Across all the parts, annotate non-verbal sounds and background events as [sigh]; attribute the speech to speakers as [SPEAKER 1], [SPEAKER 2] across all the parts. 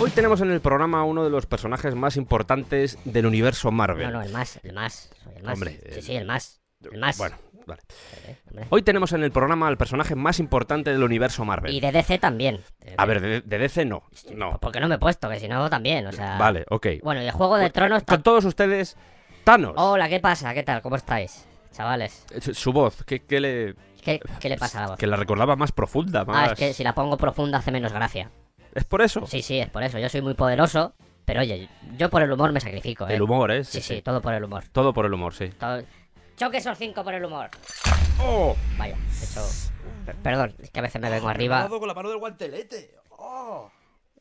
[SPEAKER 1] Hoy tenemos en el programa a uno de los personajes más importantes del universo Marvel.
[SPEAKER 2] No, no, el más, el más. Soy el más.
[SPEAKER 1] Hombre,
[SPEAKER 2] sí,
[SPEAKER 1] eh,
[SPEAKER 2] sí, el más. El más.
[SPEAKER 1] Bueno, vale.
[SPEAKER 2] Eh, hombre.
[SPEAKER 1] Hoy tenemos en el programa al personaje más importante del universo Marvel.
[SPEAKER 2] Y de DC también. Eh,
[SPEAKER 1] A ver, de, de DC no. No.
[SPEAKER 2] Porque no me he puesto, que si no también, o sea...
[SPEAKER 1] Vale, ok. Pues,
[SPEAKER 2] Bueno, y el Juego de Tronos... ta-
[SPEAKER 1] Con todos ustedes, Thanos.
[SPEAKER 2] Hola, ¿qué pasa? ¿Qué tal? ¿Cómo estáis? Chavales,
[SPEAKER 1] Eh, Su su voz, ¿qué, qué le,
[SPEAKER 2] ¿qué, qué le pasa a la voz?
[SPEAKER 1] que la recordaba más profunda, más... Oh.
[SPEAKER 2] Ah, es que si la pongo profunda hace menos gracia.
[SPEAKER 1] ¿Es por eso.
[SPEAKER 2] Sí, sí, es por eso. Yo soy muy poderoso, pero oye, yo por el humor me sacrifico, ¿eh?
[SPEAKER 1] El humor, ¿eh?
[SPEAKER 2] Sí, sí, todo por el humor.
[SPEAKER 1] Todo por el humor, sí.
[SPEAKER 2] Todo... Choque esos cinco por el humor.
[SPEAKER 1] ¡Oh!
[SPEAKER 2] Vaya, de hecho... per- Perdón, es que a veces me vengo arriba.
[SPEAKER 3] Cuidado con la mano del guantelete. ¡Oh!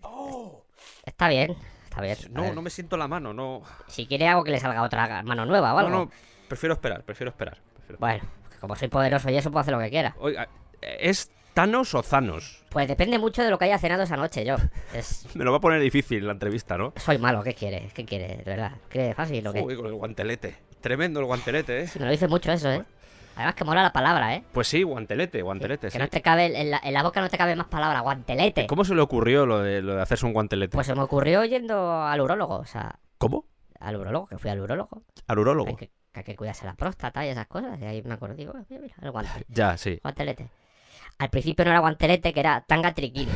[SPEAKER 3] ¡Oh!
[SPEAKER 2] Está bien, está bien. A
[SPEAKER 1] No,
[SPEAKER 2] ver,
[SPEAKER 1] no me siento la mano, no...
[SPEAKER 2] Si quiere hago que le salga otra mano nueva o
[SPEAKER 1] No,
[SPEAKER 2] algo.
[SPEAKER 1] no, prefiero esperar, prefiero esperar. prefiero-
[SPEAKER 2] Bueno, como soy poderoso y eso puedo hacer lo que quiera.
[SPEAKER 1] Oiga, ¿es Thanos o Thanos?
[SPEAKER 2] Pues depende mucho de lo que haya cenado esa noche yo. Es-
[SPEAKER 1] [laughs] Me lo va a poner difícil la entrevista, ¿no?
[SPEAKER 2] Soy malo, ¿qué quiere? ¿Qué quiere? ¿De verdad? ¿Cree fácil o qué?
[SPEAKER 1] Uy, con el guantelete. Tremendo el guantelete, ¿eh?
[SPEAKER 2] Sí, me lo dice mucho eso, ¿eh? Además que mola la palabra, ¿eh?
[SPEAKER 1] Pues sí, guantelete, guantelete,
[SPEAKER 2] Que
[SPEAKER 1] sí.
[SPEAKER 2] no te cabe, en la, en la boca no te cabe más palabra, guantelete.
[SPEAKER 1] ¿Cómo se le ocurrió lo de, lo de hacerse un guantelete?
[SPEAKER 2] Pues se me ocurrió yendo al urólogo, o sea,
[SPEAKER 1] ¿Cómo?
[SPEAKER 2] al urólogo, que fui al urólogo.
[SPEAKER 1] Al
[SPEAKER 2] Hay
[SPEAKER 1] urólogo.
[SPEAKER 2] que, que hay que cuidarse la próstata y esas cosas, y ahí me acordé, digo, "Oye, mira, el guante,
[SPEAKER 1] Ya, sí.
[SPEAKER 2] guantelete. Al principio no era guantelete, que era tanga triquini.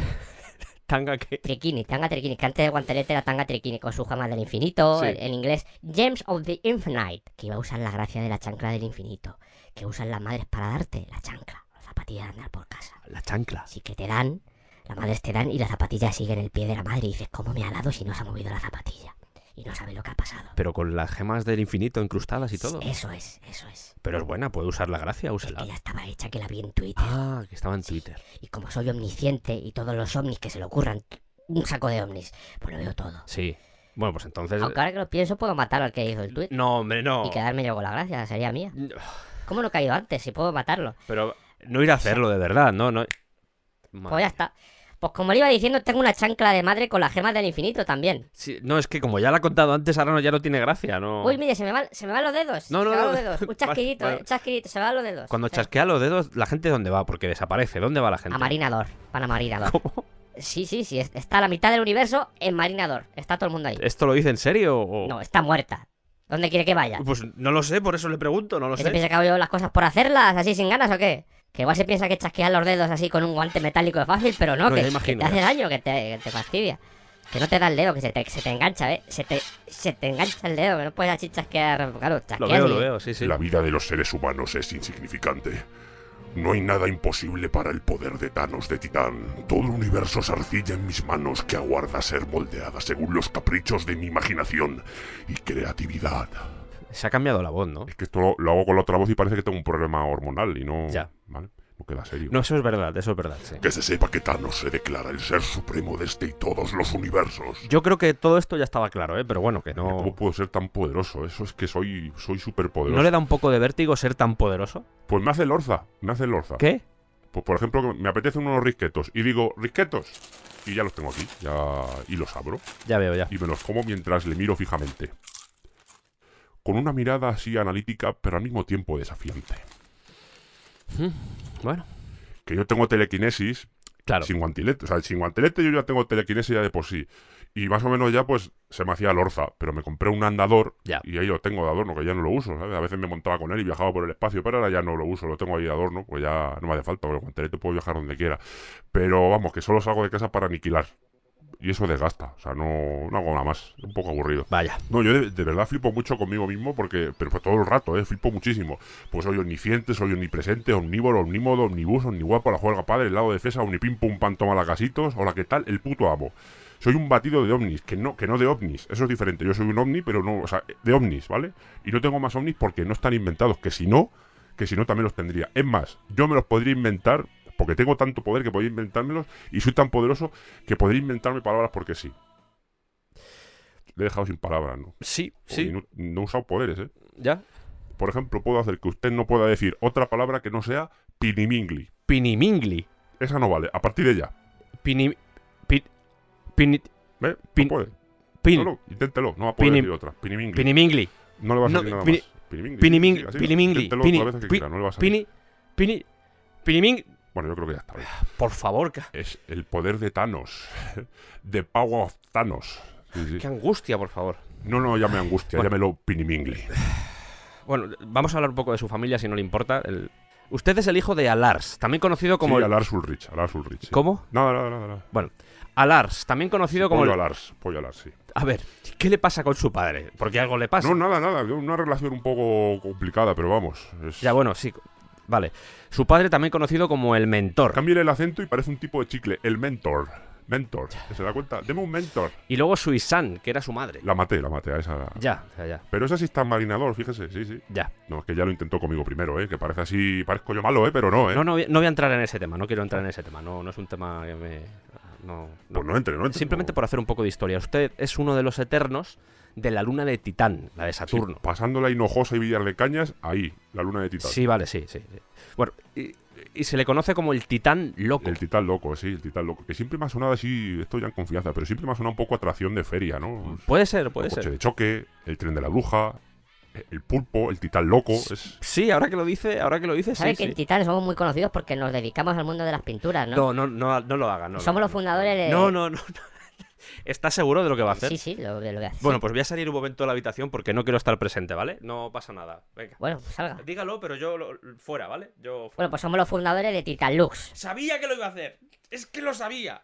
[SPEAKER 1] Tanga que...
[SPEAKER 2] Triquini, Tanga Triquini, que antes de guantelete era Tanga Triquini con su jamás del infinito,
[SPEAKER 1] Sí.
[SPEAKER 2] en, en inglés Gems of the Infinite, que iba a usar la gracia de la chancla del infinito, que usan las madres para darte la chancla, la zapatilla de andar por casa.
[SPEAKER 1] La chancla.
[SPEAKER 2] Así que te dan, las madres te dan y la zapatilla sigue en el pie de la madre y dices, ¿cómo me ha dado si no se ha movido la zapatilla? Y no sabes lo que ha pasado.
[SPEAKER 1] Pero con las gemas del infinito incrustadas y todo.
[SPEAKER 2] Eso es, eso es.
[SPEAKER 1] Pero es buena, puede usar la gracia,
[SPEAKER 2] Es
[SPEAKER 1] úsela.
[SPEAKER 2] que ya estaba hecha, que la vi en Twitter.
[SPEAKER 1] Ah, que estaba en Twitter.
[SPEAKER 2] Y como soy omnisciente y todos los ovnis que se le ocurran, un saco de ovnis, pues lo veo todo.
[SPEAKER 1] Sí. Bueno, pues entonces...
[SPEAKER 2] Aunque ahora que lo pienso, puedo matar al que hizo el tweet.
[SPEAKER 1] No, hombre, no.
[SPEAKER 2] Y quedarme yo con la gracia, sería mía.
[SPEAKER 1] Mm.
[SPEAKER 2] ¿Cómo no he caído antes? Si puedo matarlo.
[SPEAKER 1] Pero no ir a hacerlo de verdad, ¿no? no...
[SPEAKER 2] Pues ya está. Pues como le iba diciendo, tengo una chancla de madre con las gemas del infinito también.
[SPEAKER 1] Sí, no, es que como ya la ha contado antes, ahora no, ya no tiene gracia, ¿no?
[SPEAKER 2] Uy, mire, se me van, se me van los dedos.
[SPEAKER 1] Oh. No,
[SPEAKER 2] se
[SPEAKER 1] no,
[SPEAKER 2] me van
[SPEAKER 1] no.
[SPEAKER 2] los dedos.
[SPEAKER 1] [laughs]
[SPEAKER 2] Un
[SPEAKER 1] Vale,
[SPEAKER 2] chasquidito,
[SPEAKER 1] vale.
[SPEAKER 2] eh, chasquidito, se me van los dedos.
[SPEAKER 1] Cuando
[SPEAKER 2] Eh,
[SPEAKER 1] chasquea los dedos, ¿la gente dónde va? Porque desaparece. ¿Dónde va la gente?
[SPEAKER 2] A Marinador. Van a Marinador.
[SPEAKER 1] [laughs] ¿Cómo?
[SPEAKER 2] Sí, sí, sí. es- Está la mitad del universo en Marinador. Está todo el mundo ahí.
[SPEAKER 1] ¿Esto lo dice en serio? O...
[SPEAKER 2] No, está muerta. ¿Dónde quiere que vaya?
[SPEAKER 1] Pues no lo sé, por eso le pregunto, no lo
[SPEAKER 2] ¿Que se
[SPEAKER 1] sé.
[SPEAKER 2] piensa que hago yo las cosas por hacerlas, así sin ganas o qué? Que igual se piensa que chasquear los dedos así con un guante metálico es fácil, pero no,
[SPEAKER 1] No,
[SPEAKER 2] que,
[SPEAKER 1] ya
[SPEAKER 2] que
[SPEAKER 1] imagino,
[SPEAKER 2] te hace
[SPEAKER 1] ya.
[SPEAKER 2] daño, que te, que te fastidia. Que no te da el dedo, que se te, que se te engancha, ¿eh? Se te, se te engancha el dedo, que no puedes así chasquear. Claro, chasquear.
[SPEAKER 1] Lo veo,
[SPEAKER 2] y-
[SPEAKER 1] lo veo, sí, sí.
[SPEAKER 4] La vida de los seres humanos es insignificante. No hay nada imposible para el poder de Thanos de Titán. Todo el universo se arcilla en mis manos que aguarda ser moldeada según los caprichos de mi imaginación y creatividad.
[SPEAKER 1] Se ha cambiado la voz, ¿no?
[SPEAKER 4] Es que esto lo, lo hago con la otra voz y parece que tengo un problema hormonal y no.
[SPEAKER 1] Ya.
[SPEAKER 4] ¿Vale? No queda serio.
[SPEAKER 1] No, eso es verdad, eso es verdad, sí.
[SPEAKER 4] Que se sepa que Thanos se declara el ser supremo de este y todos los universos.
[SPEAKER 1] Yo creo que todo esto ya estaba claro, ¿eh? Pero bueno, que no...
[SPEAKER 4] ¿Cómo puedo ser tan poderoso? Eso es que soy soy superpoderoso.
[SPEAKER 1] ¿No le da un poco de vértigo ser tan poderoso?
[SPEAKER 4] Pues me hace Lorza, me hace Lorza.
[SPEAKER 1] ¿Qué?
[SPEAKER 4] Pues por ejemplo, que me apetecen unos risquetos y digo, risquetos. Y ya los tengo aquí, ya y los abro
[SPEAKER 1] Ya veo, ya.
[SPEAKER 4] y me los como mientras le miro fijamente. Con una mirada así analítica, pero al mismo tiempo desafiante.
[SPEAKER 1] Bueno,
[SPEAKER 4] Que yo tengo telequinesis
[SPEAKER 1] claro.
[SPEAKER 4] sin guantelete, o sea, sin guantelete yo ya tengo telequinesis ya de por sí. Y más o menos ya pues se me hacía Lorza, pero me compré un andador
[SPEAKER 1] Ya.
[SPEAKER 4] y ahí lo tengo de adorno, que ya no lo uso, ¿sabes? A veces me montaba con él y viajaba por el espacio, pero ahora ya no lo uso, lo tengo ahí de adorno, pues ya no me hace falta, porque el guantelete puedo viajar donde quiera. Pero vamos, que solo salgo de casa para aniquilar. Y eso desgasta, o sea, no, no hago nada más, es un poco aburrido.
[SPEAKER 1] Vaya.
[SPEAKER 4] No, yo de, de verdad flipo mucho conmigo mismo porque, pero pues todo el rato, ¿eh? Flipo muchísimo. Pues soy omnisciente, soy omnipresente, omnívoro, omnímodo, omnibus, omniguapo, la juega padre, el lado de fresa, omnipim, pum, pan, toma la casitos, hola, ¿qué tal? El puto amo. Soy un batido de ovnis, que no, que no de ovnis, eso es diferente. Yo soy un ovni, pero no, o sea, de ovnis, ¿vale? Y no tengo más ovnis porque no están inventados, que si no, que si no también los tendría. Es más, yo me los podría inventar porque tengo tanto poder que podría inventármelos y soy tan poderoso que podría inventarme palabras porque sí. Le he dejado sin palabras, ¿no?
[SPEAKER 1] Sí,
[SPEAKER 4] Y
[SPEAKER 1] sí,
[SPEAKER 4] no, no he usado poderes, ¿eh?
[SPEAKER 1] ya.
[SPEAKER 4] Por ejemplo, puedo hacer que usted no pueda decir otra palabra que no sea pinimingli.
[SPEAKER 1] Pinimingli.
[SPEAKER 4] Esa no vale, a partir de ya.
[SPEAKER 1] Pini... Pin... Pini...
[SPEAKER 4] ¿Ve?
[SPEAKER 1] Pin-
[SPEAKER 4] no puede.
[SPEAKER 1] Pin...
[SPEAKER 4] No, no, inténtelo, no va a poder
[SPEAKER 1] Pinim-
[SPEAKER 4] decir otra. Pinimingli.
[SPEAKER 1] Pinimingli.
[SPEAKER 4] no le va a
[SPEAKER 1] no,
[SPEAKER 4] salir nada
[SPEAKER 1] pini-
[SPEAKER 4] más. Pinimingli.
[SPEAKER 1] Piniming-
[SPEAKER 4] sí, así,
[SPEAKER 1] Pinimingli.
[SPEAKER 4] Inténtelo
[SPEAKER 1] Pini- Ah.
[SPEAKER 4] todas las veces que
[SPEAKER 1] pi-
[SPEAKER 4] quiera, no le va a salir.
[SPEAKER 1] Pini... Pini... Piniming...
[SPEAKER 4] Bueno, yo creo que ya está bien.
[SPEAKER 5] Por favor, ca-
[SPEAKER 4] Es el poder de Thanos. [laughs] The power of Thanos. Sí, sí.
[SPEAKER 1] Qué angustia, por favor.
[SPEAKER 4] No, no, llame angustia,
[SPEAKER 1] Bueno.
[SPEAKER 4] llámelo pinimingli.
[SPEAKER 1] Bueno, vamos a hablar un poco de su familia, si no le importa. El- Usted es el hijo de Alars, también conocido como...
[SPEAKER 4] Como
[SPEAKER 1] el-
[SPEAKER 4] a Lars Ulrich, a Lars Ulrich. sí.
[SPEAKER 1] ¿Cómo?
[SPEAKER 4] Nada, nada, nada. nada.
[SPEAKER 1] Bueno, Alars, también conocido como...
[SPEAKER 4] Pollo a
[SPEAKER 1] el-
[SPEAKER 4] Lars, pollo a Lars, sí.
[SPEAKER 1] A ver, ¿qué le pasa con su padre? Porque algo le pasa.
[SPEAKER 4] No, nada, nada. Una relación un poco complicada, pero vamos. Es...
[SPEAKER 1] Ya, bueno, sí. Vale. Su padre también conocido como el mentor.
[SPEAKER 4] Cámbiale el acento y parece un tipo de chicle. El mentor. Mentor. ¿Se da cuenta? Deme un mentor.
[SPEAKER 1] Y luego su Isan, que era su madre.
[SPEAKER 4] La maté, la maté a esa. la-
[SPEAKER 1] Ya, ya, ya.
[SPEAKER 4] Pero esa sí está en marinador, fíjese, sí, sí.
[SPEAKER 1] ya.
[SPEAKER 4] No, es que ya lo intentó conmigo primero, ¿eh? Que parece así, parezco yo malo, ¿eh? Pero no, ¿eh?
[SPEAKER 1] No, no, voy- no voy a entrar en ese tema, no quiero entrar en ese tema. No, no es un tema que me. No, no.
[SPEAKER 4] Pues no entre, no entre.
[SPEAKER 1] Simplemente
[SPEAKER 4] No.
[SPEAKER 1] por hacer un poco de historia. Usted es uno de los eternos de la luna de Titán, la de
[SPEAKER 4] Sí,
[SPEAKER 1] Saturno.
[SPEAKER 4] pasando la Hinojosa y Villar de Cañas, ahí, la luna de Titán.
[SPEAKER 1] Sí, vale, sí, sí. sí. Bueno, y, y se le conoce como el Titán Loco.
[SPEAKER 4] El titán loco, sí, el titán loco. Que siempre me ha sonado así, esto ya en confianza, pero siempre me ha sonado un poco atracción de feria, ¿no?
[SPEAKER 1] Puede ser, Pues puede
[SPEAKER 4] el coche
[SPEAKER 1] ser.
[SPEAKER 4] de choque, el tren de la bruja, el pulpo, el titán loco. Es...
[SPEAKER 1] Sí, ahora que lo dice, ahora que lo dice, sí.
[SPEAKER 2] ¿Sabes que
[SPEAKER 1] sí.
[SPEAKER 2] en Titanes somos muy conocidos porque nos dedicamos al mundo de las pinturas, no?
[SPEAKER 1] No, no, no, no lo haga, no. lo
[SPEAKER 2] Somos
[SPEAKER 1] haga.
[SPEAKER 2] los fundadores de-
[SPEAKER 1] No, no, no. no. [laughs] ¿Estás seguro de lo que va a hacer?
[SPEAKER 2] Sí, sí, lo, lo que hace.
[SPEAKER 1] Bueno, pues voy a salir un momento de la habitación porque no quiero estar presente, ¿vale? No pasa nada. Venga.
[SPEAKER 2] Bueno, pues salga.
[SPEAKER 1] Dígalo, pero yo lo- fuera, ¿vale? Yo fuera.
[SPEAKER 2] Bueno, pues somos los fundadores de Titanlux.
[SPEAKER 1] Sabía que lo iba a hacer. Es que lo sabía.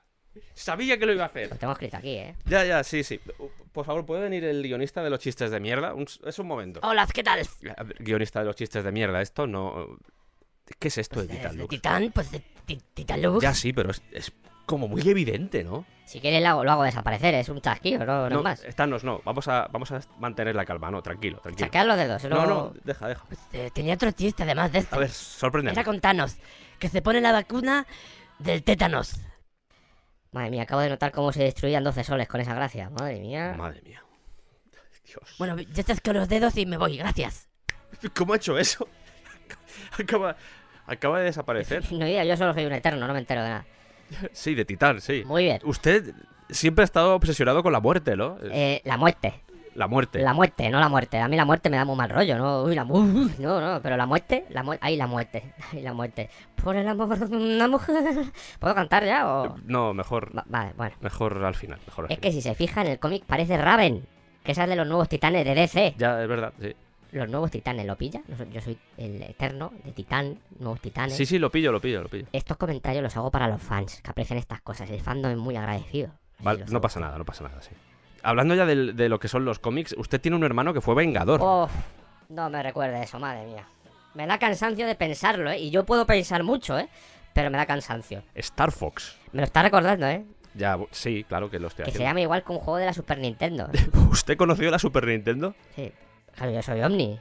[SPEAKER 1] Sabía que lo iba a hacer.
[SPEAKER 2] Lo tengo escrito aquí, ¿eh?
[SPEAKER 1] Ya, ya, sí, sí. Por favor, ¿puede venir el guionista de los chistes de mierda? Un- es un momento.
[SPEAKER 2] Hola, ¿qué tal?
[SPEAKER 1] A ver, Guionista de los chistes de mierda, esto no. ¿Qué es esto de Titan
[SPEAKER 2] De
[SPEAKER 1] Lux?
[SPEAKER 2] Titán, pues de Ti- Titanlux.
[SPEAKER 1] Ya sí, pero es, es como muy evidente, ¿no?
[SPEAKER 2] Si quieres lo hago, lo hago desaparecer, es un chasquido, no, no, es
[SPEAKER 1] No, eh,
[SPEAKER 2] más.
[SPEAKER 1] Thanos, no. Vamos a, vamos a mantener la calma, no, tranquilo, tranquilo.
[SPEAKER 2] Sacar los dedos,
[SPEAKER 1] No,
[SPEAKER 2] no.
[SPEAKER 1] no, deja, deja.
[SPEAKER 2] Eh, tenía otro chiste además de este.
[SPEAKER 1] A ver, sorprende.
[SPEAKER 2] Era con Thanos, que se pone la vacuna del tétanos. Madre mía, acabo de notar cómo se destruían 12 soles con esa gracia. Madre mía.
[SPEAKER 1] Madre mía. Dios.
[SPEAKER 2] Bueno, ya estás con los dedos y me voy, gracias.
[SPEAKER 1] [laughs] ¿Cómo ha hecho eso? Acaba, acaba de
[SPEAKER 2] [laughs]
[SPEAKER 1] desaparecer.
[SPEAKER 2] No idea, yo solo soy un eterno, no me entero de nada.
[SPEAKER 1] Sí, de titán, sí.
[SPEAKER 2] Muy bien.
[SPEAKER 1] Usted siempre ha estado obsesionado con la muerte, ¿no?
[SPEAKER 2] Eh, la muerte.
[SPEAKER 1] la muerte.
[SPEAKER 2] La muerte, no la muerte. A mí la muerte me da muy mal rollo, ¿no? Uy, la mu- [laughs] uy, no, no, pero la muerte, la muerte. Ay, la muerte. [laughs] Ay, la muerte. Por el amor de una mujer. [laughs] ¿Puedo cantar ya o.?
[SPEAKER 1] No, mejor,
[SPEAKER 2] Va- vale, bueno.
[SPEAKER 1] mejor al final. Mejor al
[SPEAKER 2] Es que
[SPEAKER 1] final.
[SPEAKER 2] si se fijan, el cómic parece Raven, que esa es de los nuevos titanes de DC.
[SPEAKER 1] Ya, es verdad, sí.
[SPEAKER 2] Los nuevos titanes, ¿lo pilla? No so- Yo soy el eterno de titán, nuevos titanes.
[SPEAKER 1] Sí, sí, lo pillo, lo pillo, lo pillo.
[SPEAKER 2] Estos comentarios los hago para los fans, que aprecian estas cosas. El fandom es muy agradecido. Así
[SPEAKER 1] Vale,
[SPEAKER 2] lo
[SPEAKER 1] no
[SPEAKER 2] sabe.
[SPEAKER 1] pasa nada, no pasa nada, sí. Hablando ya del- de, lo que son los cómics, usted tiene un hermano que fue vengador.
[SPEAKER 2] Uf, no me recuerde eso, madre mía. Me da cansancio de pensarlo, ¿eh? Y yo puedo pensar mucho, ¿eh? Pero me da cansancio.
[SPEAKER 1] Star Fox.
[SPEAKER 2] Me lo está recordando, ¿eh?
[SPEAKER 1] Ya, bu- sí, claro que lo estoy
[SPEAKER 2] Que se
[SPEAKER 1] haciendo.
[SPEAKER 2] llama igual que un juego de la
[SPEAKER 1] [laughs]
[SPEAKER 2] Super Nintendo.
[SPEAKER 1] ¿Usted conoció la Super Nintendo?
[SPEAKER 2] Sí. Claro, yo soy Omni.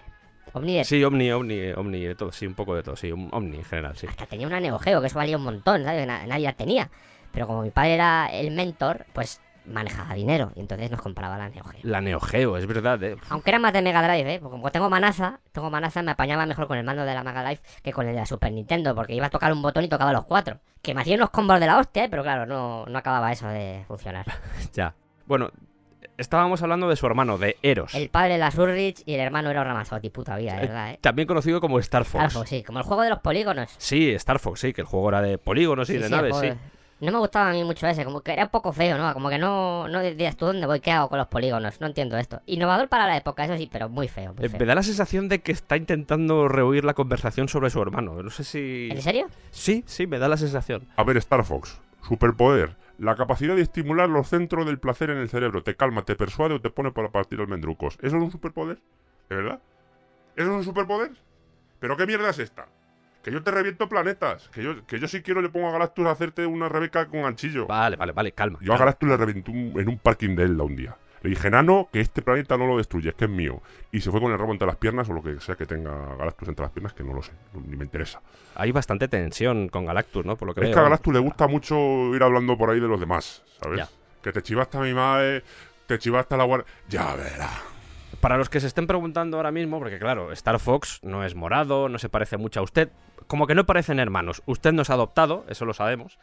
[SPEAKER 2] Omni de...
[SPEAKER 1] Sí, Omni, Omni, Omni, de todo, sí, un poco de todo, sí, un- Omni en general, sí.
[SPEAKER 2] Hasta tenía una Neo Geo, que eso valía un montón, ¿sabes? Que na- nadie la tenía. Pero como mi padre era el mentor, pues manejaba dinero. Y entonces nos compraba la Neo Geo.
[SPEAKER 1] La Neo Geo, es verdad, ¿eh?
[SPEAKER 2] Aunque era más de Mega Drive, ¿eh? Porque como tengo manaza, tengo manaza, me apañaba mejor con el mando de la Mega Drive que con el de la Super Nintendo, porque iba a tocar un botón y tocaba los cuatro. Que me hacía unos combos de la hostia, ¿eh? Pero claro, no, no acababa eso de funcionar.
[SPEAKER 1] Ya. Bueno, estábamos hablando de su hermano, de Eros.
[SPEAKER 2] El padre era Surrich y el hermano era Ramazotti, puta vida, de verdad, ¿eh?
[SPEAKER 1] También conocido como Star Fox.
[SPEAKER 2] Claro, pues sí, como el juego de los polígonos.
[SPEAKER 1] Sí, Star Fox, sí, que el juego era de polígonos y de
[SPEAKER 2] Sí, sí, el
[SPEAKER 1] naves,
[SPEAKER 2] juego.
[SPEAKER 1] sí.
[SPEAKER 2] No me gustaba a mí mucho ese, como que era un poco feo, ¿no? Como que no, no decías tú dónde voy, qué hago con los polígonos, no entiendo esto. Innovador para la época, eso pues sí, pero muy feo, muy
[SPEAKER 1] Eh,
[SPEAKER 2] feo.
[SPEAKER 1] Me da la sensación de que está intentando rehuir la conversación sobre su hermano. No sé si.
[SPEAKER 2] ¿En serio?
[SPEAKER 1] Sí, sí, me da la sensación.
[SPEAKER 4] A ver, Star Fox, superpoder. La capacidad de estimular los centros del placer en el cerebro. Te calma, te persuade o te pone para partir almendrucos. ¿Eso es un superpoder? ¿De verdad? ¿Eso es un superpoder? ¿Pero qué mierda es esta? Que yo te reviento planetas. Que yo, que yo si quiero le pongo a Galactus a hacerte una Rebeca con ganchillo.
[SPEAKER 1] Vale, vale, vale, calma.
[SPEAKER 4] Yo a
[SPEAKER 1] calma.
[SPEAKER 4] Galactus le reventé un- en un parking de Elda un día. Le dije, nano, que este planeta no lo destruyes, que es mío. Y se fue con el rabo entre las piernas o lo que sea que tenga Galactus entre las piernas, que no lo sé, ni me interesa.
[SPEAKER 1] Hay bastante tensión con Galactus, ¿no? Por lo que
[SPEAKER 4] Es
[SPEAKER 1] veo.
[SPEAKER 4] que a Galactus le gusta mucho ir hablando por ahí de los demás, ¿sabes?
[SPEAKER 1] Ya.
[SPEAKER 4] Que te chivaste a mi madre, te chivaste a la guardia. Ya verás.
[SPEAKER 1] Para los que se estén preguntando ahora mismo, porque claro, Star Fox no es morado, no se parece mucho a usted. Como que no parecen hermanos. Usted nos ha adoptado, eso lo sabemos.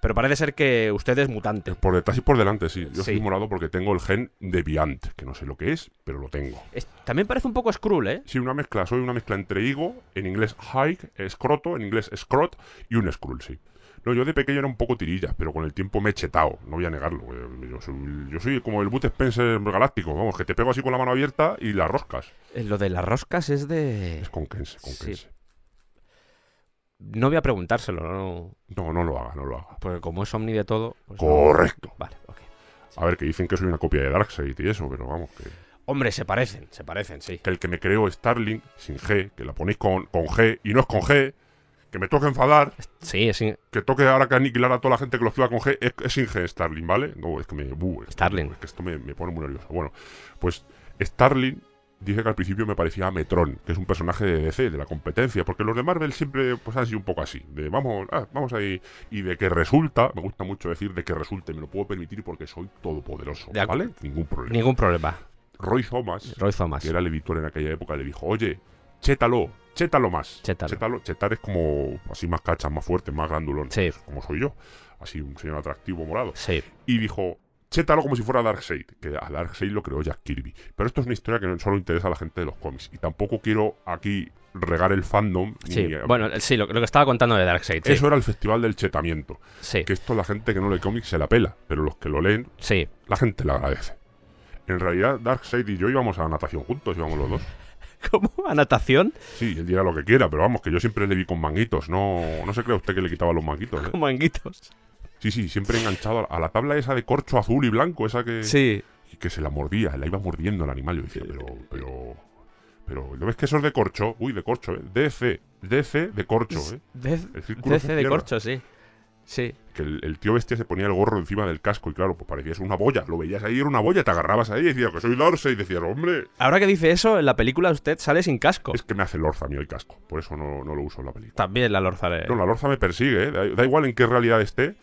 [SPEAKER 1] Pero parece ser que usted es mutante.
[SPEAKER 4] Eh, Por detrás y por delante, sí. Yo
[SPEAKER 1] Sí.
[SPEAKER 4] soy morado porque tengo el gen de Viant, que no sé lo que es, pero lo tengo.
[SPEAKER 1] Es- también parece un poco Skrull, ¿eh?
[SPEAKER 4] Sí, una mezcla, soy una mezcla entre higo, en inglés hike, escroto, en inglés scrot y un scroll, sí. No, yo de pequeño era un poco tirilla, pero con el tiempo me he chetado, no voy a negarlo. eh, Yo soy, yo soy como el Boot Spencer galáctico, vamos, que te pego así con la mano abierta y las roscas.
[SPEAKER 1] Eh, Lo de las roscas es de...
[SPEAKER 4] Es con Kense, con
[SPEAKER 1] Sí.
[SPEAKER 4] Kense.
[SPEAKER 1] No voy a preguntárselo, ¿no?
[SPEAKER 4] No, no lo haga, no lo haga.
[SPEAKER 1] Porque como es Omni de todo... pues no.
[SPEAKER 4] Correcto.
[SPEAKER 1] Vale, ok.
[SPEAKER 4] A ver, que dicen que soy una copia de Darkseid y eso, pero vamos, que,
[SPEAKER 1] Hombre, se parecen, se parecen, sí.
[SPEAKER 4] que el que me creo Starling, sin G, que la ponéis con, con G y no es con G, que me toca enfadar,
[SPEAKER 1] Sí, es in-
[SPEAKER 4] que toque ahora que aniquilar a toda la gente que lo escriba con G es, es sin G Starling, ¿vale? No, es que me. buh, es-
[SPEAKER 1] Starling.
[SPEAKER 4] es que esto me, me pone muy nervioso. Bueno, pues Starling dije que al principio me parecía a Metron, que es un personaje de DC, de la competencia, porque los de Marvel siempre pues, han sido un poco así, de vamos, ah, vamos ahí, y de que resulta, me gusta mucho decir de que resulte, me lo puedo permitir porque soy todopoderoso,
[SPEAKER 1] De acu-
[SPEAKER 4] ¿vale? Ningún problema.
[SPEAKER 1] Ningún problema.
[SPEAKER 4] Roy Thomas,
[SPEAKER 1] Roy Thomas.
[SPEAKER 4] que era el editor en aquella época, le dijo, oye, chétalo, chétalo más.
[SPEAKER 1] Chétalo.
[SPEAKER 4] chetar es como así más cacha, más fuerte, más grandulón,
[SPEAKER 1] Sí.
[SPEAKER 4] como soy yo. Así un señor atractivo morado.
[SPEAKER 1] Sí.
[SPEAKER 4] Y dijo, chétalo como si fuera Darkseid, que a Darkseid lo creó Jack Kirby. Pero esto es una historia que no solo interesa a la gente de los cómics. Y tampoco quiero aquí regar el fandom. ni- eh,
[SPEAKER 1] Sí, bueno, sí, lo, lo que estaba contando de Darkseid. Sí,
[SPEAKER 4] Eso era el festival del chetamiento.
[SPEAKER 1] sí,
[SPEAKER 4] Que esto la gente que no lee cómics se la pela, pero los que lo leen
[SPEAKER 1] sí. [laughs]
[SPEAKER 4] la gente le agradece. En realidad, Darkseid y yo íbamos a la natación juntos, íbamos los dos.
[SPEAKER 1] ¿Cómo? ¿A natación?
[SPEAKER 4] Sí, él dirá lo que quiera, pero vamos, que yo siempre le vi con manguitos. No, no se crea usted que le quitaba los manguitos. ¿eh?
[SPEAKER 1] Con manguitos.
[SPEAKER 4] Sí, sí, siempre enganchado a la- a la tabla esa de corcho azul y blanco, esa que,
[SPEAKER 1] Sí.
[SPEAKER 4] y que se la mordía, la iba mordiendo el animal. Yo decía, pero, pero, pero, ¿no ves que eso es de corcho? Uy, de corcho, ¿eh? DC, DC de corcho, ¿eh? El círculo
[SPEAKER 1] DC
[SPEAKER 4] sin
[SPEAKER 1] de
[SPEAKER 4] pierna.
[SPEAKER 1] corcho, sí. Sí.
[SPEAKER 4] Que el, el tío bestia se ponía el gorro encima del casco y claro, pues parecías una boya. Lo veías ahí, era una boya, te agarrabas ahí y decías que soy Darkseid. Y decías, hombre,
[SPEAKER 1] Ahora que dice eso, en la película usted sale sin casco.
[SPEAKER 4] es que me hace lorza a mí el casco. Por eso no, no lo uso en la película.
[SPEAKER 1] También la lorzaré.
[SPEAKER 4] No, la lorza me persigue, ¿eh? da, da igual en qué realidad esté.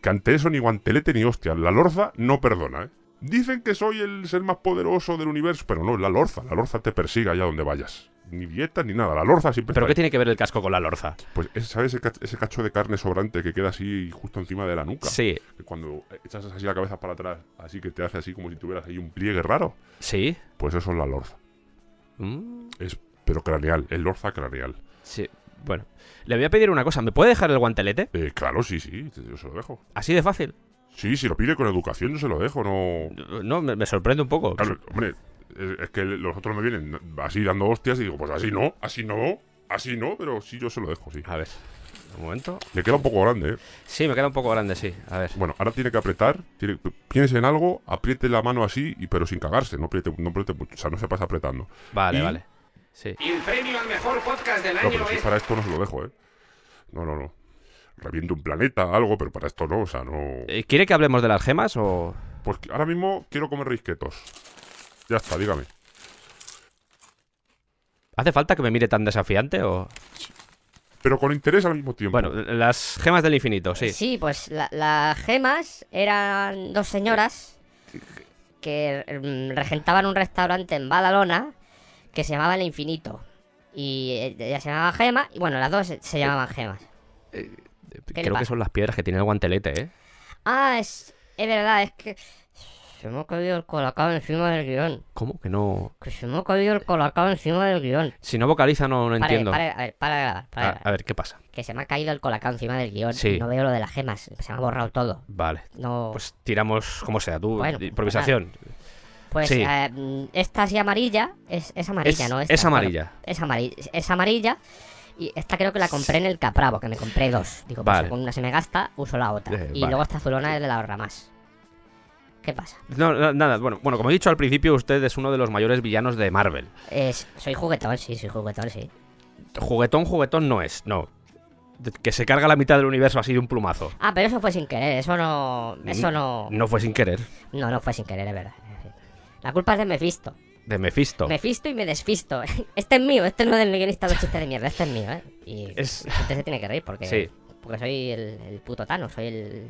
[SPEAKER 4] Que ante eso ni guantelete ni hostia. La lorza no perdona, ¿eh? Dicen que soy el ser más poderoso del universo, pero no, es la lorza. La lorza te persigue allá donde vayas. Ni dieta ni nada. La lorza siempre
[SPEAKER 1] ¿Pero qué
[SPEAKER 4] está
[SPEAKER 1] tiene que ver el casco con la lorza?
[SPEAKER 4] ahí. Pues, ese- ¿sabes ese, cach- ese cacho de carne sobrante que queda así justo encima de la nuca?
[SPEAKER 1] Sí,
[SPEAKER 4] Que cuando echas así la cabeza para atrás, así que te hace así como si tuvieras ahí un pliegue raro.
[SPEAKER 1] sí.
[SPEAKER 4] Pues eso es la lorza.
[SPEAKER 1] Mm,
[SPEAKER 4] Es, pero craneal, es lorza craneal.
[SPEAKER 1] sí. Bueno, le voy a pedir una cosa. ¿Me puede dejar el guantelete?
[SPEAKER 4] Eh, claro, sí, sí, te- yo se lo dejo.
[SPEAKER 1] Así de fácil.
[SPEAKER 4] Sí, si lo pide con educación, yo se lo dejo, no.
[SPEAKER 1] No, me, me sorprende un poco.
[SPEAKER 4] Claro, hombre, es, es que los otros me vienen así dando hostias y digo, pues así no, así no, así no, pero sí yo se lo dejo, sí.
[SPEAKER 1] A ver, un momento.
[SPEAKER 4] Le queda un poco grande, ¿eh?
[SPEAKER 1] Sí, me queda un poco grande, sí. A ver.
[SPEAKER 4] Bueno, ahora tiene que apretar, tiene, piense en algo, apriete la mano así, y, pero sin cagarse, no apriete, no apriete mucho, o sea, no se pasa apretando.
[SPEAKER 1] Vale,
[SPEAKER 4] Y-
[SPEAKER 1] vale. Sí.
[SPEAKER 5] Y el premio al mejor podcast del
[SPEAKER 4] No,
[SPEAKER 5] año
[SPEAKER 4] pero si
[SPEAKER 5] es...
[SPEAKER 4] para esto no se lo dejo, ¿eh? No, no, no. Reviento un planeta, algo, pero para esto no, o sea, no...
[SPEAKER 1] Eh, ¿Quiere que hablemos de las gemas o...?
[SPEAKER 4] Pues ahora mismo quiero comer risquetos. Ya está, dígame.
[SPEAKER 1] ¿Hace falta que me mire tan desafiante o...?
[SPEAKER 4] Pero con interés al mismo tiempo.
[SPEAKER 1] Bueno, las gemas del infinito, sí.
[SPEAKER 2] Sí, pues la- las gemas eran dos señoras que mm, regentaban un restaurante en Badalona que se llamaba El Infinito. Y eh, ella se llamaba Gema, y bueno, las dos se- se llamaban gemas. le
[SPEAKER 1] Creo que
[SPEAKER 2] pasa?
[SPEAKER 1] son las piedras que tiene el guantelete, ¿eh?
[SPEAKER 2] Ah, es, es verdad, es que se me ha caído el colacao encima del guión.
[SPEAKER 1] ¿Cómo que no...?
[SPEAKER 2] Que se me ha caído el colacao encima del guión.
[SPEAKER 1] Si no vocaliza no, no
[SPEAKER 2] Pare,
[SPEAKER 1] entiendo.
[SPEAKER 2] pare, a ver, para de grabar, para de
[SPEAKER 1] A,
[SPEAKER 2] grabar.
[SPEAKER 1] a ver, ¿qué pasa?
[SPEAKER 2] Que se me ha caído el colacao encima del guión.
[SPEAKER 1] Sí.
[SPEAKER 2] y No veo lo de las gemas, se me ha borrado todo.
[SPEAKER 1] Vale.
[SPEAKER 2] No, pues,
[SPEAKER 1] Pues tiramos como sea, tú,
[SPEAKER 2] Bueno,
[SPEAKER 1] improvisación. sí.
[SPEAKER 2] eh, mm, esta así amarilla, es, es amarilla,
[SPEAKER 1] Es-
[SPEAKER 2] ¿no?
[SPEAKER 1] es
[SPEAKER 2] Esta, bueno,
[SPEAKER 1] amarilla.
[SPEAKER 2] es amarilla. Es amarilla. Y esta creo que la compré en el Capravo, que me compré dos. Digo, pues
[SPEAKER 1] Vale.
[SPEAKER 2] si con una se me gasta, uso la otra.
[SPEAKER 1] Eh,
[SPEAKER 2] y
[SPEAKER 1] vale.
[SPEAKER 2] luego esta azulona es de la ahorra más. ¿Qué pasa?
[SPEAKER 1] No, no, nada, bueno, bueno, como he dicho al principio, usted es uno de los mayores villanos de Marvel.
[SPEAKER 2] Es- soy juguetón, sí, soy juguetón, sí.
[SPEAKER 1] Juguetón, juguetón no es, no. De- Que se carga la mitad del universo así de un plumazo.
[SPEAKER 2] Ah, pero eso fue sin querer, eso no. Eso no.
[SPEAKER 1] No fue sin querer.
[SPEAKER 2] No, no fue sin querer, es verdad. En fin. La culpa es de Mephisto.
[SPEAKER 1] De Mephisto.
[SPEAKER 2] Mefisto y me desfisto. [laughs] Este es mío, este no es del guionista de chiste de mierda, este es mío, ¿eh? Y
[SPEAKER 1] Es-
[SPEAKER 2] la gente se tiene que reír porque,
[SPEAKER 1] Sí.
[SPEAKER 2] porque soy el, el puto Thanos, soy el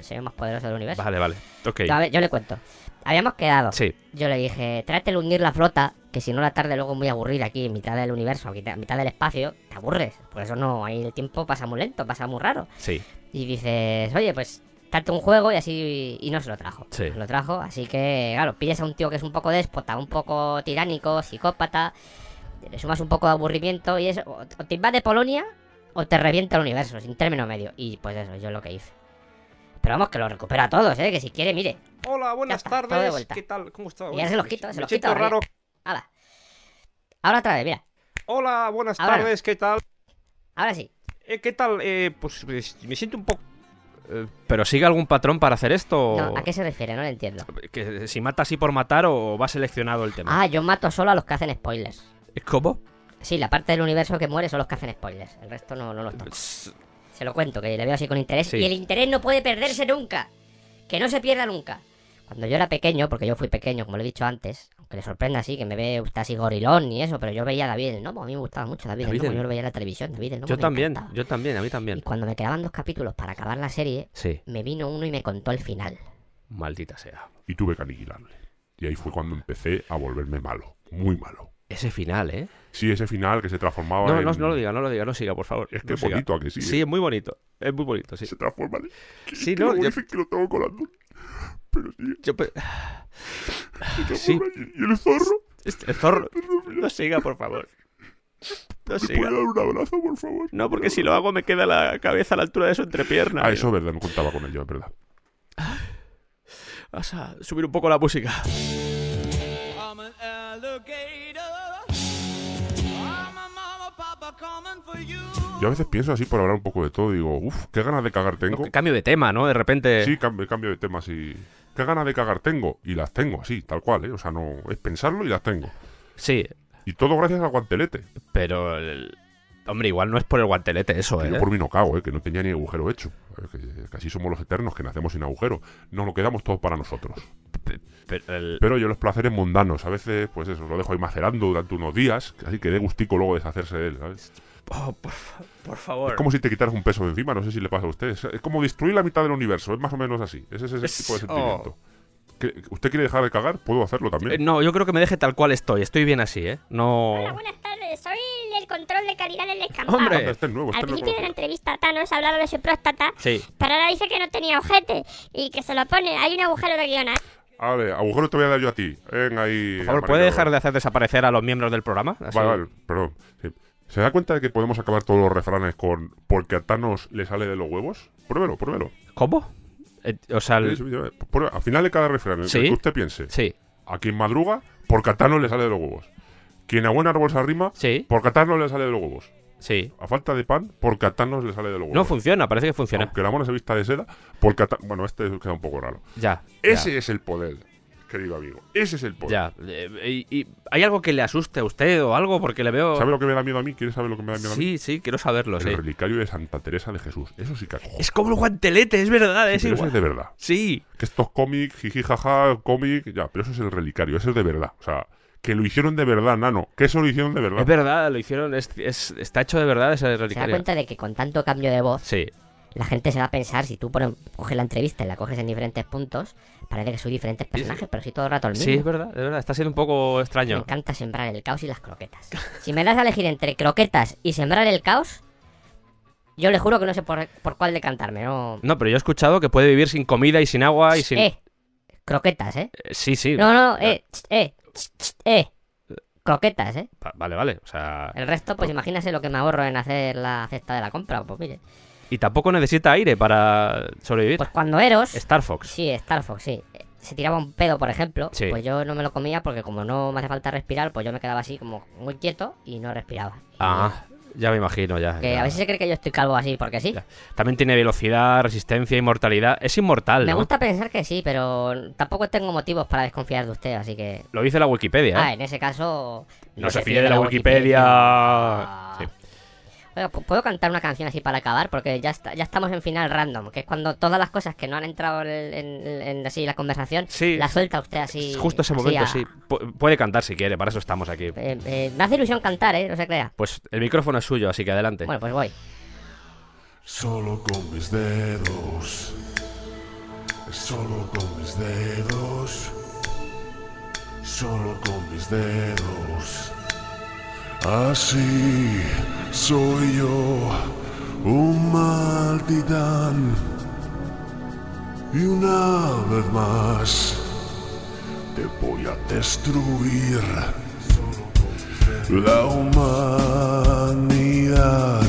[SPEAKER 2] señor más poderoso del universo.
[SPEAKER 1] Vale, vale. Ok.
[SPEAKER 2] Yo, a ver, yo le cuento. Habíamos quedado.
[SPEAKER 1] Sí.
[SPEAKER 2] Yo le dije, tráete el unir la flota, que si no la tarde luego es muy aburrida aquí en mitad del universo, aquí, en mitad del espacio, te aburres. Por eso no, ahí el tiempo pasa muy lento, pasa muy raro.
[SPEAKER 1] Sí.
[SPEAKER 2] Y dices, oye, pues tanto un juego y así. Y no se lo trajo.
[SPEAKER 1] Sí.
[SPEAKER 2] Se lo trajo, así que, claro, pillas a un tío que es un poco déspota, un poco tiránico, psicópata. Le sumas un poco de aburrimiento y eso. O o te invade Polonia o te revienta el universo, sin término medio. Y pues eso, yo es lo que hice. Pero vamos, que lo recupera a todos, ¿eh? Que si quiere, mire.
[SPEAKER 6] Hola, buenas
[SPEAKER 2] está, todo de
[SPEAKER 6] tardes.
[SPEAKER 2] vuelta.
[SPEAKER 6] ¿Qué tal? ¿Cómo estás?
[SPEAKER 2] Y ahora se los quito, se
[SPEAKER 6] Me
[SPEAKER 2] los
[SPEAKER 6] siento
[SPEAKER 2] quito. ¿eh?
[SPEAKER 6] raro.
[SPEAKER 2] Hala. Ahora otra vez, mira.
[SPEAKER 6] Hola, buenas
[SPEAKER 2] Ahora no.
[SPEAKER 6] tardes. ¿Qué tal?
[SPEAKER 2] Ahora sí.
[SPEAKER 6] Eh, ¿Qué tal? Eh, pues, pues, me siento un poco.
[SPEAKER 1] Eh, ¿Pero sigue algún patrón para hacer esto?
[SPEAKER 2] No,
[SPEAKER 1] o-
[SPEAKER 2] ¿A qué se refiere? No lo entiendo.
[SPEAKER 1] que si mata así por matar o va seleccionado el tema.
[SPEAKER 2] Ah, yo mato solo a los que hacen spoilers.
[SPEAKER 1] ¿Cómo?
[SPEAKER 2] Sí, la parte del universo que muere son los que hacen spoilers. El resto no, no los toco. Se lo cuento, que le veo así con interés.
[SPEAKER 1] Sí.
[SPEAKER 2] Y el interés no puede perderse nunca. Que no se pierda nunca. Cuando yo era pequeño, porque yo fui pequeño, como le he dicho antes, aunque le sorprenda así, que me ve usted así gorilón y eso, pero yo veía a David el Nomo. A mí me gustaba mucho David,
[SPEAKER 1] David
[SPEAKER 2] el Nomo.
[SPEAKER 1] el-
[SPEAKER 2] Yo lo veía en la televisión, David el Nomo.
[SPEAKER 1] Yo
[SPEAKER 2] me
[SPEAKER 1] también,
[SPEAKER 2] encantaba.
[SPEAKER 1] yo también, a mí
[SPEAKER 2] Y
[SPEAKER 1] también.
[SPEAKER 2] cuando me quedaban dos capítulos para acabar la serie,
[SPEAKER 1] Sí,
[SPEAKER 2] me vino uno y me contó el final.
[SPEAKER 1] maldita sea.
[SPEAKER 4] Y tuve que aniquilarle. Y ahí fue cuando empecé a volverme malo. Muy malo.
[SPEAKER 1] Ese final, ¿eh?
[SPEAKER 4] Sí, ese final que se transformaba
[SPEAKER 1] No,
[SPEAKER 4] en...
[SPEAKER 1] no, no lo diga, no lo diga, no siga, por favor.
[SPEAKER 4] Es que
[SPEAKER 1] no
[SPEAKER 4] es
[SPEAKER 1] siga.
[SPEAKER 4] bonito, ¿a que sí? ¿eh?
[SPEAKER 1] Sí, es muy bonito. Es muy bonito, sí.
[SPEAKER 4] Se transforma en...
[SPEAKER 1] Sí,
[SPEAKER 4] que
[SPEAKER 1] no,
[SPEAKER 4] luego
[SPEAKER 1] yo-
[SPEAKER 4] dicen que lo tengo colando. Pero sí,
[SPEAKER 1] Yo pues, pe-
[SPEAKER 4] se
[SPEAKER 1] Sí.
[SPEAKER 4] transforma y- y el zorro...
[SPEAKER 1] Este zorro. No siga, por favor. No
[SPEAKER 4] ¿Me puede
[SPEAKER 1] siga.
[SPEAKER 4] dar un abrazo, por favor?
[SPEAKER 1] No, porque si lo hago me queda la cabeza a la altura de su entrepierna.
[SPEAKER 4] Ah,
[SPEAKER 1] mira.
[SPEAKER 4] eso es verdad, no contaba con ello, es verdad.
[SPEAKER 1] Vas a subir un poco la música.
[SPEAKER 7] I'm an alligator. I'm a mama, papa coming for you.
[SPEAKER 4] Yo a veces pienso así por hablar un poco de todo, digo, uff, qué ganas de cagar tengo.
[SPEAKER 1] No, Cambio de tema, ¿no? De repente.
[SPEAKER 4] Sí, cambio, cambio de tema así. ¿Qué ganas de cagar tengo? Y las tengo así, tal cual, ¿eh? O sea, no es pensarlo y las tengo.
[SPEAKER 1] Sí,
[SPEAKER 4] Y todo gracias al guantelete.
[SPEAKER 1] pero. el- Hombre, igual no es por el guantelete eso,
[SPEAKER 4] Que
[SPEAKER 1] ¿eh?
[SPEAKER 4] yo por mí no cago, ¿eh? Que no tenía ni agujero hecho. Que, que así somos los eternos, que nacemos sin agujero. Nos lo quedamos todos para nosotros.
[SPEAKER 1] Pero el-
[SPEAKER 4] Pero yo los placeres mundanos, a veces, pues eso, lo dejo ahí macerando durante unos días, así que dé gustico luego deshacerse de él, ¿sabes?
[SPEAKER 1] Oh, por, fa- por favor.
[SPEAKER 4] Es como si te quitaras un peso de encima, no sé si le pasa a usted. Es, es como destruir la mitad del universo, es más o menos así. Ese es ese
[SPEAKER 1] Es-
[SPEAKER 4] tipo de
[SPEAKER 1] oh.
[SPEAKER 4] sentimiento. ¿Que- ¿Usted quiere dejar de cagar? Puedo hacerlo
[SPEAKER 1] Eh,
[SPEAKER 4] también.
[SPEAKER 1] no, yo creo que me deje tal cual estoy. Estoy bien así, ¿eh?
[SPEAKER 8] Hola,
[SPEAKER 1] No.
[SPEAKER 8] buenas tardes. Soy del control de calidad del escampado.
[SPEAKER 1] ¡Hombre!
[SPEAKER 4] Anda, este es nuevo, este
[SPEAKER 8] Al
[SPEAKER 4] no lo
[SPEAKER 8] principio de la
[SPEAKER 4] conocía.
[SPEAKER 8] entrevista Thanos hablaba de su próstata,
[SPEAKER 1] Sí.
[SPEAKER 8] pero ahora dice que no tenía ojete y que se lo pone. Hay un agujero de guion ahí.
[SPEAKER 4] Vale, agujero te voy a dar yo a ti. Ven ahí.
[SPEAKER 1] Por favor,
[SPEAKER 4] amarillo.
[SPEAKER 1] ¿puede dejar de hacer desaparecer a los miembros del programa? Así-
[SPEAKER 4] Vale, vale, perdón. Sí. ¿Se da cuenta de que podemos acabar todos los refranes con porque a Thanos le sale de los huevos? Pruébelo, pruébelo.
[SPEAKER 1] ¿Cómo? Eh, o sea, el-
[SPEAKER 4] Sí, sí, sí, prueba. Al final de cada refrán, el
[SPEAKER 1] ¿Sí?
[SPEAKER 4] que usted piense,
[SPEAKER 1] sí.
[SPEAKER 4] a quien madruga, porque a Thanos le sale de los huevos. Quien a buen árbol se arrima,
[SPEAKER 1] Sí,
[SPEAKER 4] porque a Thanos le sale de los huevos.
[SPEAKER 1] sí.
[SPEAKER 4] A falta de pan, porque a Thanos le sale de los
[SPEAKER 1] No
[SPEAKER 4] huevos.
[SPEAKER 1] funciona, parece que funciona.
[SPEAKER 4] Aunque la mona se vista de seda, porque a Ta- Bueno, este queda un poco raro.
[SPEAKER 1] Ya.
[SPEAKER 4] Ese es el poder, querido amigo. Ese es el poder.
[SPEAKER 1] Ya. ya. Eh, y, y- ¿Hay algo que le asuste a usted o algo? Porque le veo.
[SPEAKER 4] ¿Sabe lo que me da miedo a mí? ¿Quieres saber lo que me da miedo a mí?
[SPEAKER 1] Sí, sí, quiero saberlo, sí.
[SPEAKER 4] El relicario de Santa Teresa de Jesús. Eso sí que acojo.
[SPEAKER 1] Es como el guantelete, es verdad, es
[SPEAKER 4] Pero eso
[SPEAKER 1] igual.
[SPEAKER 4] es de verdad.
[SPEAKER 1] Sí.
[SPEAKER 4] Que estos cómics, jiji, jaja, cómic, ya, pero eso es el relicario, eso es de verdad. O sea, que lo hicieron de verdad, nano. Que eso lo hicieron de
[SPEAKER 1] Es
[SPEAKER 4] verdad.
[SPEAKER 1] verdad, lo hicieron, es, es- está hecho de verdad ese
[SPEAKER 2] ¿Se da
[SPEAKER 1] relicario.
[SPEAKER 2] cuenta de que con tanto cambio de voz
[SPEAKER 1] Sí,
[SPEAKER 2] la gente se va a pensar, si tú pones- coges la entrevista y la coges en diferentes puntos, parece que soy diferentes personajes, pero soy todo el rato el mismo.
[SPEAKER 1] sí, es verdad, es verdad, está siendo un poco
[SPEAKER 2] Me
[SPEAKER 1] extraño.
[SPEAKER 2] encanta sembrar el caos y las croquetas. Si me das a elegir entre croquetas y sembrar el caos, yo le juro que no sé por, por cuál decantarme, no...
[SPEAKER 1] No, pero yo he escuchado que puede vivir sin comida y sin agua y sin...
[SPEAKER 2] Eh, croquetas, ¿eh?
[SPEAKER 1] Eh, Sí, sí.
[SPEAKER 2] No, no, eh, ch, eh, ch, ch, eh. Croquetas, ¿eh?
[SPEAKER 1] Va- Vale, vale. O sea...
[SPEAKER 2] El resto, pues imagínese lo que me ahorro en hacer la cesta de la compra, pues mire.
[SPEAKER 1] Y tampoco necesita aire para sobrevivir.
[SPEAKER 2] Pues cuando Eros...
[SPEAKER 1] Star Fox.
[SPEAKER 2] Sí, Star Fox, sí. Eh, Se tiraba un pedo, por ejemplo.
[SPEAKER 1] Sí.
[SPEAKER 2] Pues yo no me lo comía porque como no me hace falta respirar, pues yo me quedaba así como muy quieto y no respiraba. Y
[SPEAKER 1] Ah, ya me imagino, ya.
[SPEAKER 2] Que
[SPEAKER 1] ya.
[SPEAKER 2] a veces se cree que yo estoy calvo así porque sí.
[SPEAKER 1] Ya. También tiene velocidad, resistencia, inmortalidad. Es inmortal,
[SPEAKER 2] Me
[SPEAKER 1] ¿no?
[SPEAKER 2] gusta pensar que sí, pero tampoco tengo motivos para desconfiar de usted, así que...
[SPEAKER 1] Lo dice la Wikipedia, ¿eh?
[SPEAKER 2] Ah, en ese caso...
[SPEAKER 1] no se fíe de la Wikipedia. Sí.
[SPEAKER 2] Oiga, ¿pu- ¿puedo cantar una canción así para acabar? Porque ya, está- ya estamos en final random, que es cuando todas las cosas que no han entrado en, en- en así la conversación,
[SPEAKER 1] Sí.
[SPEAKER 2] las suelta usted así...
[SPEAKER 1] Justo ese
[SPEAKER 2] así
[SPEAKER 1] momento,
[SPEAKER 2] a-
[SPEAKER 1] sí. Pu- puede cantar si quiere, para eso estamos aquí.
[SPEAKER 2] Eh, eh, me hace ilusión cantar, ¿eh? No se crea.
[SPEAKER 1] Pues el micrófono es suyo, así que adelante.
[SPEAKER 2] Bueno, pues voy.
[SPEAKER 9] Solo con mis dedos. Solo con mis dedos. Solo con mis dedos. Así soy yo. un mal titán. Y una vez más, te voy a destruir la humanidad.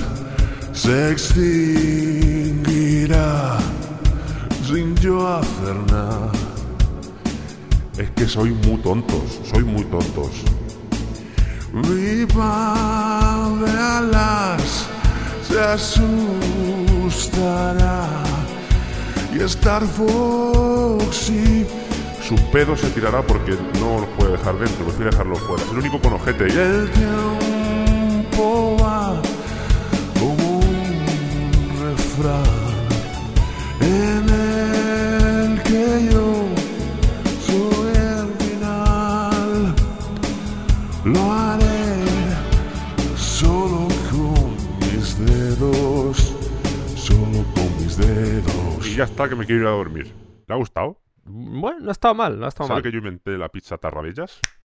[SPEAKER 9] Se extinguirá sin yo hacer nada.
[SPEAKER 4] Es que soy muy tontos, soy muy tontos.
[SPEAKER 9] Mi padre alas se asustará y Star Foxy
[SPEAKER 4] Su pedo se tirará porque no los puede dejar dentro, prefiere dejarlo fuera. Es el único con ojete.
[SPEAKER 9] y el tiempo va como un refrán en el que yo soy el final lo haré Solo con mis dedos, solo con mis dedos.
[SPEAKER 4] Y ya está, que me quiero ir a dormir. ¿Le ha gustado?
[SPEAKER 1] Bueno, no ha estado mal, no ha estado
[SPEAKER 4] ¿Sabe
[SPEAKER 1] mal.
[SPEAKER 4] que yo inventé la pizza tarradellas?